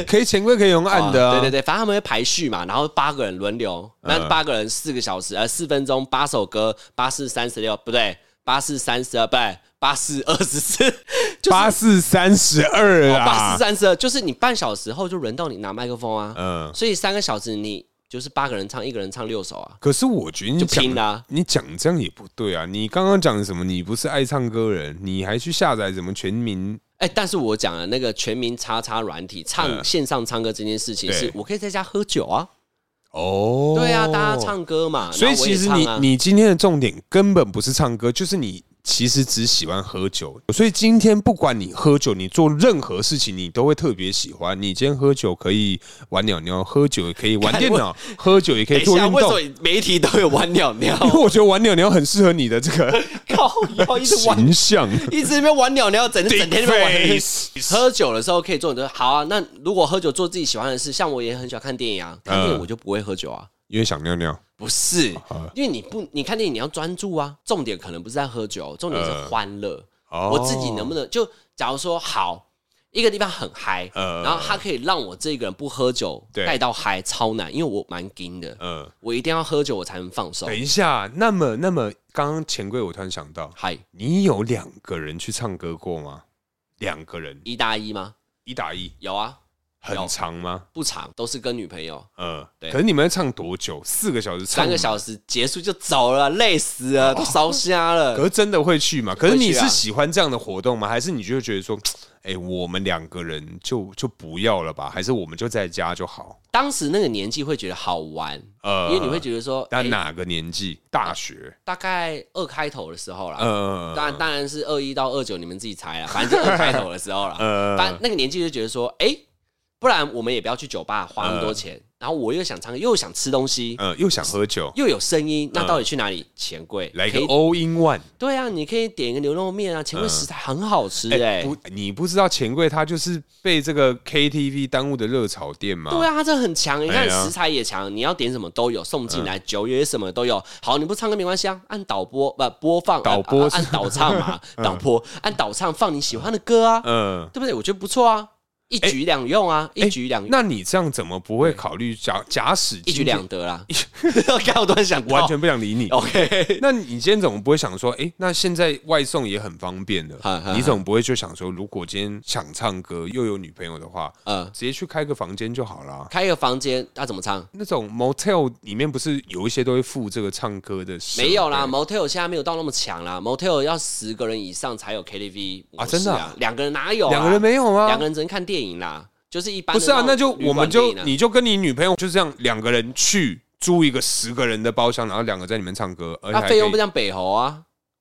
可以前柜可以用按的、啊
哦
嗯
对对对，反正他们会排序嘛，然后八个人轮流，那八个人四个小时，呃，四分钟，八首歌，八四三十六，不对，八四三十二，不对，八四二十四， 就是哦
八四三十二啊，
八四三十二，就是你半小时后就轮到你拿麦克风啊，
嗯，
所以三个小时你就是八个人唱，一个人唱六首啊，
可是我觉得你
就
讲
拼啦、啊。
你讲这样也不对啊！你刚刚讲什么？你不是爱唱歌人，你还去下载什么全民？
哎、但是我讲了那个全民叉叉软体唱
嗯
线上唱歌这件事情
对
是，我可以在家喝酒啊，
哦，
对啊，大家。唱歌嘛，
所以
然后我也
其实
唱
你、
啊
你今天的重点根本不是唱歌，就是你其实只喜欢喝酒。所以今天不管你喝酒，你做任何事情，你都会特别喜欢。你今天喝酒可以玩鸟鸟，喝酒也可以玩电脑，喝酒也可
等
以
一
做
下，
运
为什
动
么。你每一题都有玩鸟 鸟？
因为我觉得玩鸟鸟很适合你的这 个
靠腰，一直玩，
形象。
一直在那边玩鸟鸟，整 整天在那边玩
Dick。face
喝酒的时候可以做很多好啊。那如果喝酒做自己喜欢的事，像我也很喜欢看电影啊，看电影我就不会喝酒啊。
因为想尿尿。
不是，
啊
因为你不，你看电影你要专注啊。重点可能不是在喝酒，重点是欢乐。
哦
我自己能不能就，假如说好一个地方很嗨，
呃
然后它可以让我这个人不喝酒
对
带到嗨，超难，因为我蛮硬的，
呃，
我一定要喝酒我才能放松
等。一下，那么那么，刚刚钱柜我突然想到，
嗨，
你有两个人去唱歌过吗？两个人
一搭一吗？
一打一
有啊，有
很长吗？
不长，都是跟女朋友
呃，
对
可是你们要唱多久？四个小时唱
三
吗
个小时结束就走了，累死
哦
了，都烧瞎
可
了。
是真的会去吗？可是你
会去啊
是喜欢这样的活动吗？还是你就觉得说，哎、我们两个人就就不要了吧？还是我们就在家就好？
当时那个年纪会觉得好玩，
呃
因为你会觉得哎说，
那
诶
哪个年纪？大学？
大概二开头的时候啦，
呃，
当然当然是二一到二九，你们自己猜啦，反正就二开头的时候啦。
呃
但那个年纪就觉得说，哎，不然我们也不要去酒吧花那么多钱。然后我又想唱歌，又想吃东西，
呃，又想喝酒，
又有声音，那到底去哪里？钱柜
来
可
个哦
以
all in one。
对啊，你可以点一个牛肉面啊，钱柜食材很好吃哎、
哎、不，你不知道钱柜它就是被这个 KTV 耽误的热炒店吗？
对啊，它这很强，你看
哎呀嗯
食材也强，你要点什么都有，送进来酒也什么都有。好，你不唱歌没关系啊，按导播不播放，
导
按
播
按按导 唱嘛，导播按导唱放你喜欢的歌啊，
嗯、哎
对不对？我觉得不错啊，一举两用啊，一举两
那你这样怎么不会考虑假假使
一
今
举
天
两哦得啦。 刚我突然想到，
完全不想理你？
OK，
那你今天怎么不会想说，哎、那现在外送也很方便的
哈哈，
你怎么不会就想说，如果今天想唱歌又有女朋友的话，
呃，
直接去开个房间就好啦。
开一个房间，那、怎么唱？
那种 motel 里面不是有一些都会附这个唱歌的设备？
没有啦，motel 现在没有到那么强啦，motel 要十个人以上才有 KTV 模式
啊真的啊
两个人哪有啊？
两个人没有吗？
两个人只能看电影啦，就是一般
不
的
是啊，
种
那就
旅
我
馆
们就
电影啊
你就跟你女朋友就这样两个人去租一个十个人的包厢，然后两个在里面唱歌，而且
那
还
费用
可
不
以
像北猴啊，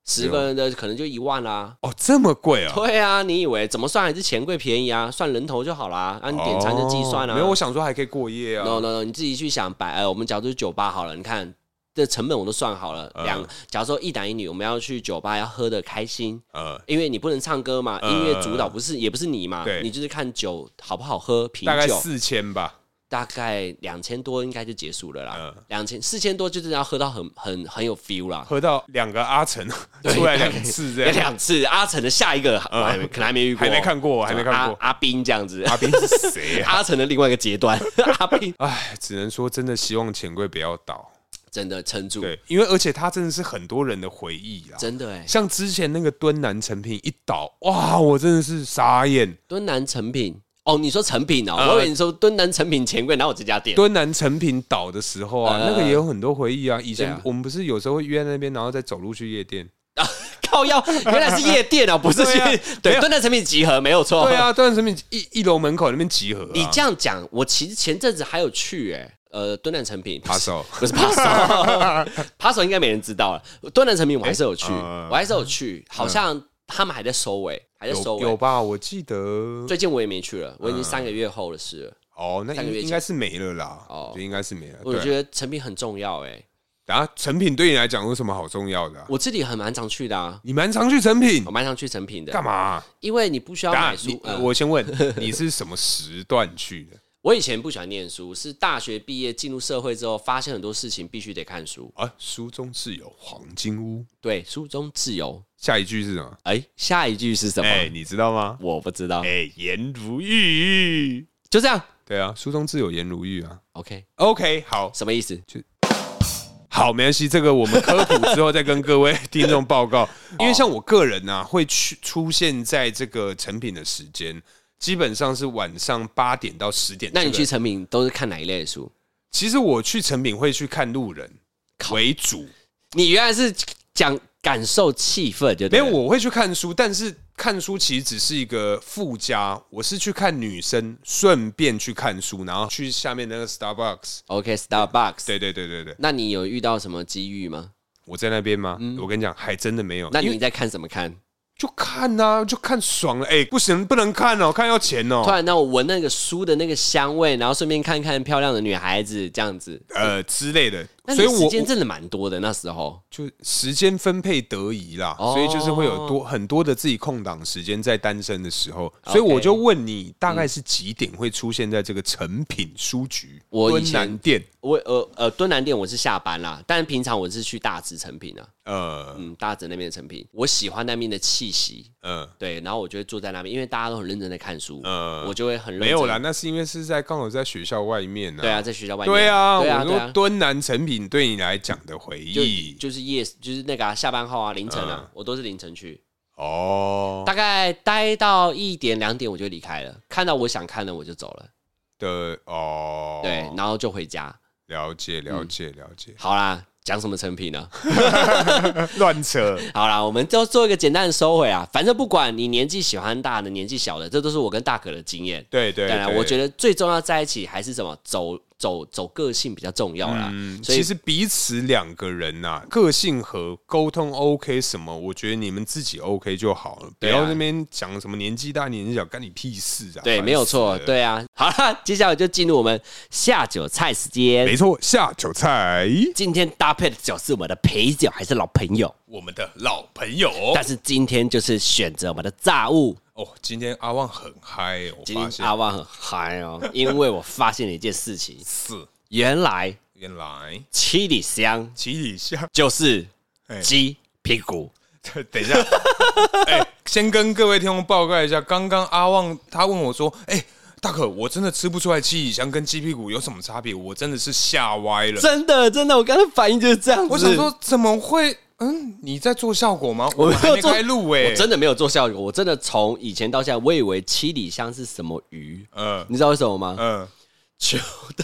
十个人的可能就一万啦、啊
哦这么贵啊？
对啊，你以为怎么算还是钱柜便宜啊？算人头就好啦，按、你点餐就计算
哦
啊。
没有，我想说还可以过夜啊。
no no no，你自己去想百，呃，我们假如说酒吧好了，你看这成本我都算好了，
嗯
两、假如说一男一女，我们要去酒吧要喝的开心。
呃，
因为你不能唱歌嘛，
呃
音乐主导不是、也不是你嘛，
对
你就是看酒好不好喝，品
大概
酒
四千吧。
大概两千多应该就结束了啦
嗯，
两千四千多就是要喝到很很很有 feel 啦，
喝到两个阿成
对
出来两次这
有
样，
两次阿成的下一个，我还没可能还没遇过，
啊嗯还没看过，还没看过。
阿阿斌 这样子，
阿斌是谁啊？
阿成的另外一个阶段，阿斌
哎，只能说真的希望钱柜不要倒。
真的撑住，
对，因为而且他真的是很多人的回忆啊。
真的哎，
像之前那个敦南成品一倒，哇，我真的是傻眼。
敦南成品哦，你说成品哦，
嗯
我以为你说敦南成品钱柜，然后我这家店，
敦南成品倒的时候啊，
呃
那个也有很多回忆啊。以
对
前
啊
我们不是有时候会约在那边，然后再走路去夜店。
靠腰原来是夜店 哦，不是
对啊
去对敦南成品集合没有错，
对，啊，敦南成品一一楼门口那边集合啊。
你这样讲，我其实前阵子还有去哎，呃，敦南成品
扒手
不是扒手， 扒手应该没人知道了。敦南成品我还是有去，
诶呃
我还是有去，好像他们还在收尾，还在收
有有
尾。
吧？我记得
最近我也没去了，我已经三个月后的事了。
哦，那
上个月
应应该是没了啦，
哦
就应该是没了。
我
对啊，
觉得成品很重要哎，
然后成品对你来讲有什么好重要的啊？
我自己很蛮常去的啊，
你蛮常去成品
我蛮常去成品的
嗯干。嘛啊？
因为你不需要
等下
买书
你，
呃，我
我先问 你是什么时段去的？
我以前不喜欢念书，是大学毕业进入社会之后，发现很多事情必须得看书。
啊，书中自有黄金屋。
对，书中自由。
下一句是什么？
哎，下一句是什么？
哎，你知道吗？
我不知道。
哎，颜如玉。
就这样。
对啊，书中自有颜如玉啊。
OK，
OK，好，
什么意思？
好，没关系，这个我们科普之后再跟各位听众报 告。因为像我个人呢、啊，会去出现在这个成品的时间，基本上是晚上八点到十点。
那你
这
去
个
成品都是看哪一类的书？
其实我去成品会去看路人为主，
你原来是讲感受气氛，就
没
对
有
了
我会去看书，但是看书其实只是一个附加，我是去看女生，顺便去看书，然后去下面那个 Starbucks。
OK Starbucks。
对对对对对，
那你有遇到什么机遇吗？
我在那边吗？我跟你讲，还真的没有。
嗯那
因为
你在看什么看？
就看呐、就看爽了。哎、不行，不能看哦，看要钱哦
突。然让我闻那个书的那个香味，然后顺便看看漂亮的女孩子这样子。
呃之类的，
那
所
你
以我
时间
我
真的蛮多的那时候。
就时间分配得宜啦，
哦
所以就是会有多很多的自己空档时间在单身的时候，所以我就问你，大概是几点会出现在这个成品书局
我以
敦
前
南店？
我呃呃，敦南店我是下班啦，但平常我是去大直成品啊，
呃
嗯，大直那边的成品，我喜欢那边的气息，
呃
对，然后我就会坐在那边，因为大家都很认真在看书，
呃
我，就会很认真。
没有啦，那是因为是在刚好在学校外面呢、
对啊，在学校外面，
对啊，
对啊，
我
对
说
啊。
敦南成品对你来讲的回
就
忆
就是夜就是那个、啊、下班后啊，凌晨啊，
嗯
我都是凌晨去，
哦
大概待到一点两点我就离开了，看到我想看的我就走了，
的哦，
对，嗯然后就回家。
了解了解了解，
好啦，讲什么成品呢？
乱扯。
好啦，我们就做一个简单的收尾啊，反正不管你年纪喜欢大啊的，年纪小的，这都是我跟大可的经验。
对对
当然，
对
我觉得最重要在一起还是什么走走走个性比较重要啦。
嗯，
所以
其实彼此两个人呐、个性和沟通 OK 什么，我觉得你们自己 OK 就好了，不
对啊
要那边讲什么年纪大年纪小，干你屁事啊！
对，
烦
没有
死
错，
了，
对啊。好了，接下来就进入我们下酒菜时间
没。错，下酒菜，
今天搭配的酒是我们的陪酒还是老朋友？
我们的老朋友
但是今天就是选择我们的炸物。
哦，今天阿旺很嗨、我
今
发
天
现
阿旺很嗨哦，因为我发现了一件事情，
是
原来
原来
七里香
七里香，
就是
哎
鸡屁股。
等一下， 哎、先跟各位听众报告一下，刚刚阿旺他问我说，哎、大可，我真的吃不出来七里香跟鸡屁股有什么差别，我真的是吓歪了。
真的，真的，我刚才反应就是这样 子。
我想说，怎么会？嗯，你在做效果吗？我们还
没有
没
做
开录哎、
我真的没有做效果，我真的从以前到现在，我以为七里香是什么鱼，
呃
你知道为什么 吗？
呃
秋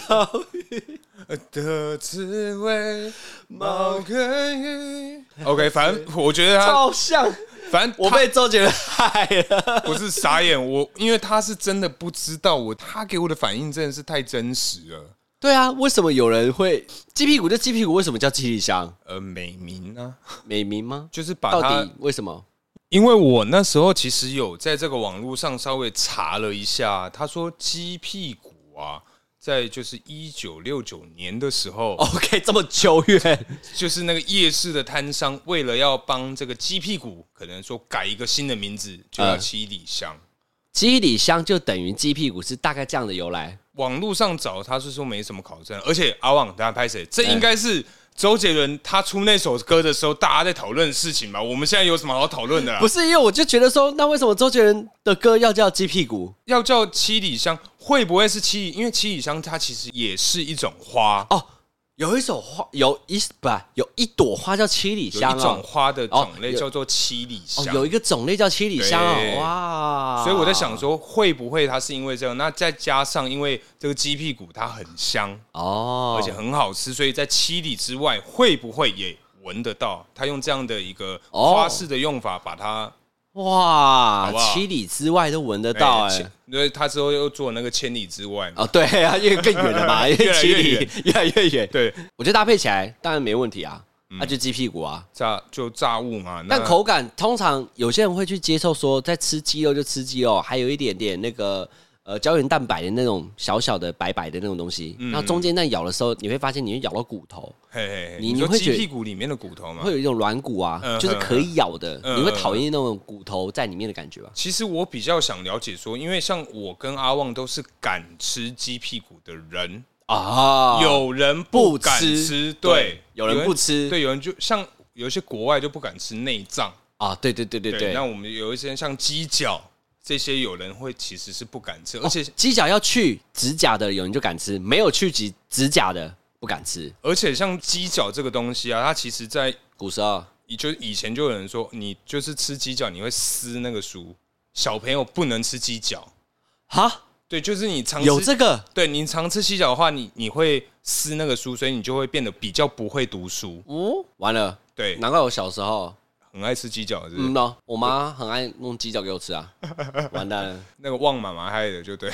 刀鱼。
呃的滋味，毛根鱼。OK，反正我觉得他，
超像，
反正
我
他
被周杰伦害了。
不是傻眼，我因为他是真的不知道我，他给我的反应真的是太真实了。
对啊，为什么有人会鸡屁股？就鸡屁股为什么叫七里香？
呃，美名啊，
美名吗？
就是把
到
它
底为什么？
因为我那时候其实有在这个网络上稍微查了一下，他说鸡屁股啊，在就是一九六九年的时候，
OK，这么久远，
就是那个夜市的摊商为了要帮这个鸡屁股，可能说改一个新的名字，就叫
嗯
七里香。
鸡里香就等于鸡屁股，是大概这样的由来。
网络上找他是说没什么考证，而且阿旺，大家拍谁？这应该
嗯
是周杰伦他出那首歌的时候，大家在讨论的事情吧？我们现在有什么好讨论的啊啦？
不是因为我就觉得说，那为什么周杰伦的歌要叫鸡屁股？
要叫七里香，会不会是七里？因为七里香它其实也是一种花，
哦，有一首花，有一不有一朵花叫七里
有
香
一种
哦，
花的种类
哦有
叫做七里
哦
香。，
有一个种类叫七里香
对
哦，哇！
所以我在想，说，会不会它是因为这样？那再加上因为这个鸡屁股它很香，
哦，
而且很好吃，所以在七里之外会不会也闻得到？他用这样的一个
哦
花式的用法把它，
哇
好不，好
七里之外都闻得到哎、
千因为他之后又做那个千里之外嘛，
哦，对啊，因为更远 了嘛，因
越
为
来
七
越
里
远
越来越远。
对，
我觉得搭配起来当然没问题啊，那、就鸡屁股啊。
炸就炸物嘛。嗯那
但口感通常有些人会去接受说，在吃鸡肉就吃鸡肉，还有一点点那个呃胶原蛋白的那种小小的白白的那种东西。
嗯
然后中间在咬的时候，你会发现你会咬到骨头，
嘿嘿嘿，
你
你说
你会
鸡
觉得
屁股里面的骨头嘛
会？有一种软骨啊，
嗯
就是可以咬的，
嗯
你会讨厌那种骨头在里面的感觉吧？
其实我比较想了解说，因为像我跟阿旺都是敢吃鸡屁股的人，
啊，
有人
不
敢
吃
吃，对，
有人不吃
对，有人就像有一些国外就不敢吃内脏。
啊，对对对对
对，
对
那。我们有一些像鸡脚这些，有人会其实是不敢吃，而且、
哦鸡脚要去指甲的，有人就敢吃；没有去指指甲的，不敢吃。
而且像鸡脚这个东西啊，它其实在
古时候
就是以前就有人说，你就是吃鸡脚你会撕那个书，小朋友不能吃鸡脚，
哈
对，就是你常吃
有这个
对你常吃鸡脚的话，你你会撕那个书，所以你就会变得比较不会读书，
哦，完了，
对，
难怪我小时候，
很爱吃鸡脚，是不是
嗯喏，我妈很爱弄鸡脚给我 吃啊，完蛋了，
那个旺妈妈害的， 就对，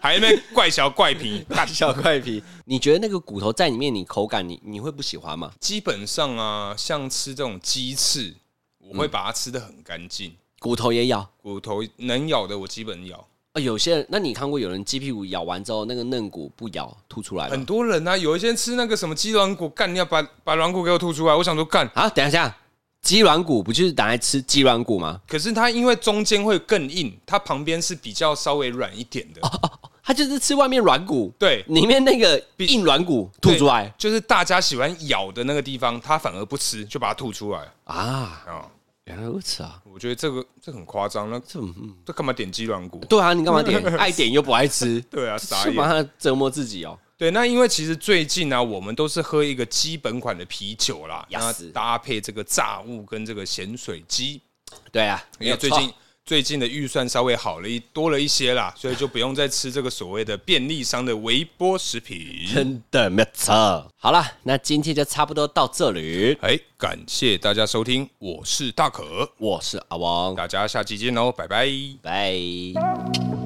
还在那边怪小怪皮，干
小怪皮。你觉得那个骨头在里面，你口感你你会不喜欢吗？
基本上啊，像吃这种鸡翅，我
嗯
会把它吃的很干净，
骨头也咬。
骨头
嗯
能咬的我基本咬。
啊，有些人，那你看过有人鸡屁股咬完之后，那个嫩骨不咬吐出来
很
吗？
多人啊，有一些人吃那个什么鸡软骨，干你要把把软骨给我吐出来，我想说干，
啊，等一下，鸡软骨不就是拿来吃鸡软骨吗？
可是它因为中间会更硬，它旁边是比较稍微软一点的，
哦它就是吃外面软骨，
对，
里面那个
比
硬软骨吐出来
就是大家喜欢咬的那个地方，它反而不吃，就把它吐出来
啊。
啊。
原来如此啊！
我觉得这个这很夸张，那
这嗯
这干嘛点鸡软骨？
对啊，你干嘛 点？爱点又不爱吃，
对啊，傻
是
眼。
马上折磨自己哦。
对，那因为其实最近啊，我们都是喝一个基本款的啤酒啦，那
Yes
搭配这个炸物跟这个咸水鸡，
对啊，
因为最近最近的预算稍微好了一多了一些啦，所以就不用再吃这个所谓的便利商的微波食品。
真的没错。好了，那今天就差不多到这里。
哎，感谢大家收听，我是大可，嗯
我是阿王，
哦大家下期见喽，拜拜。
拜。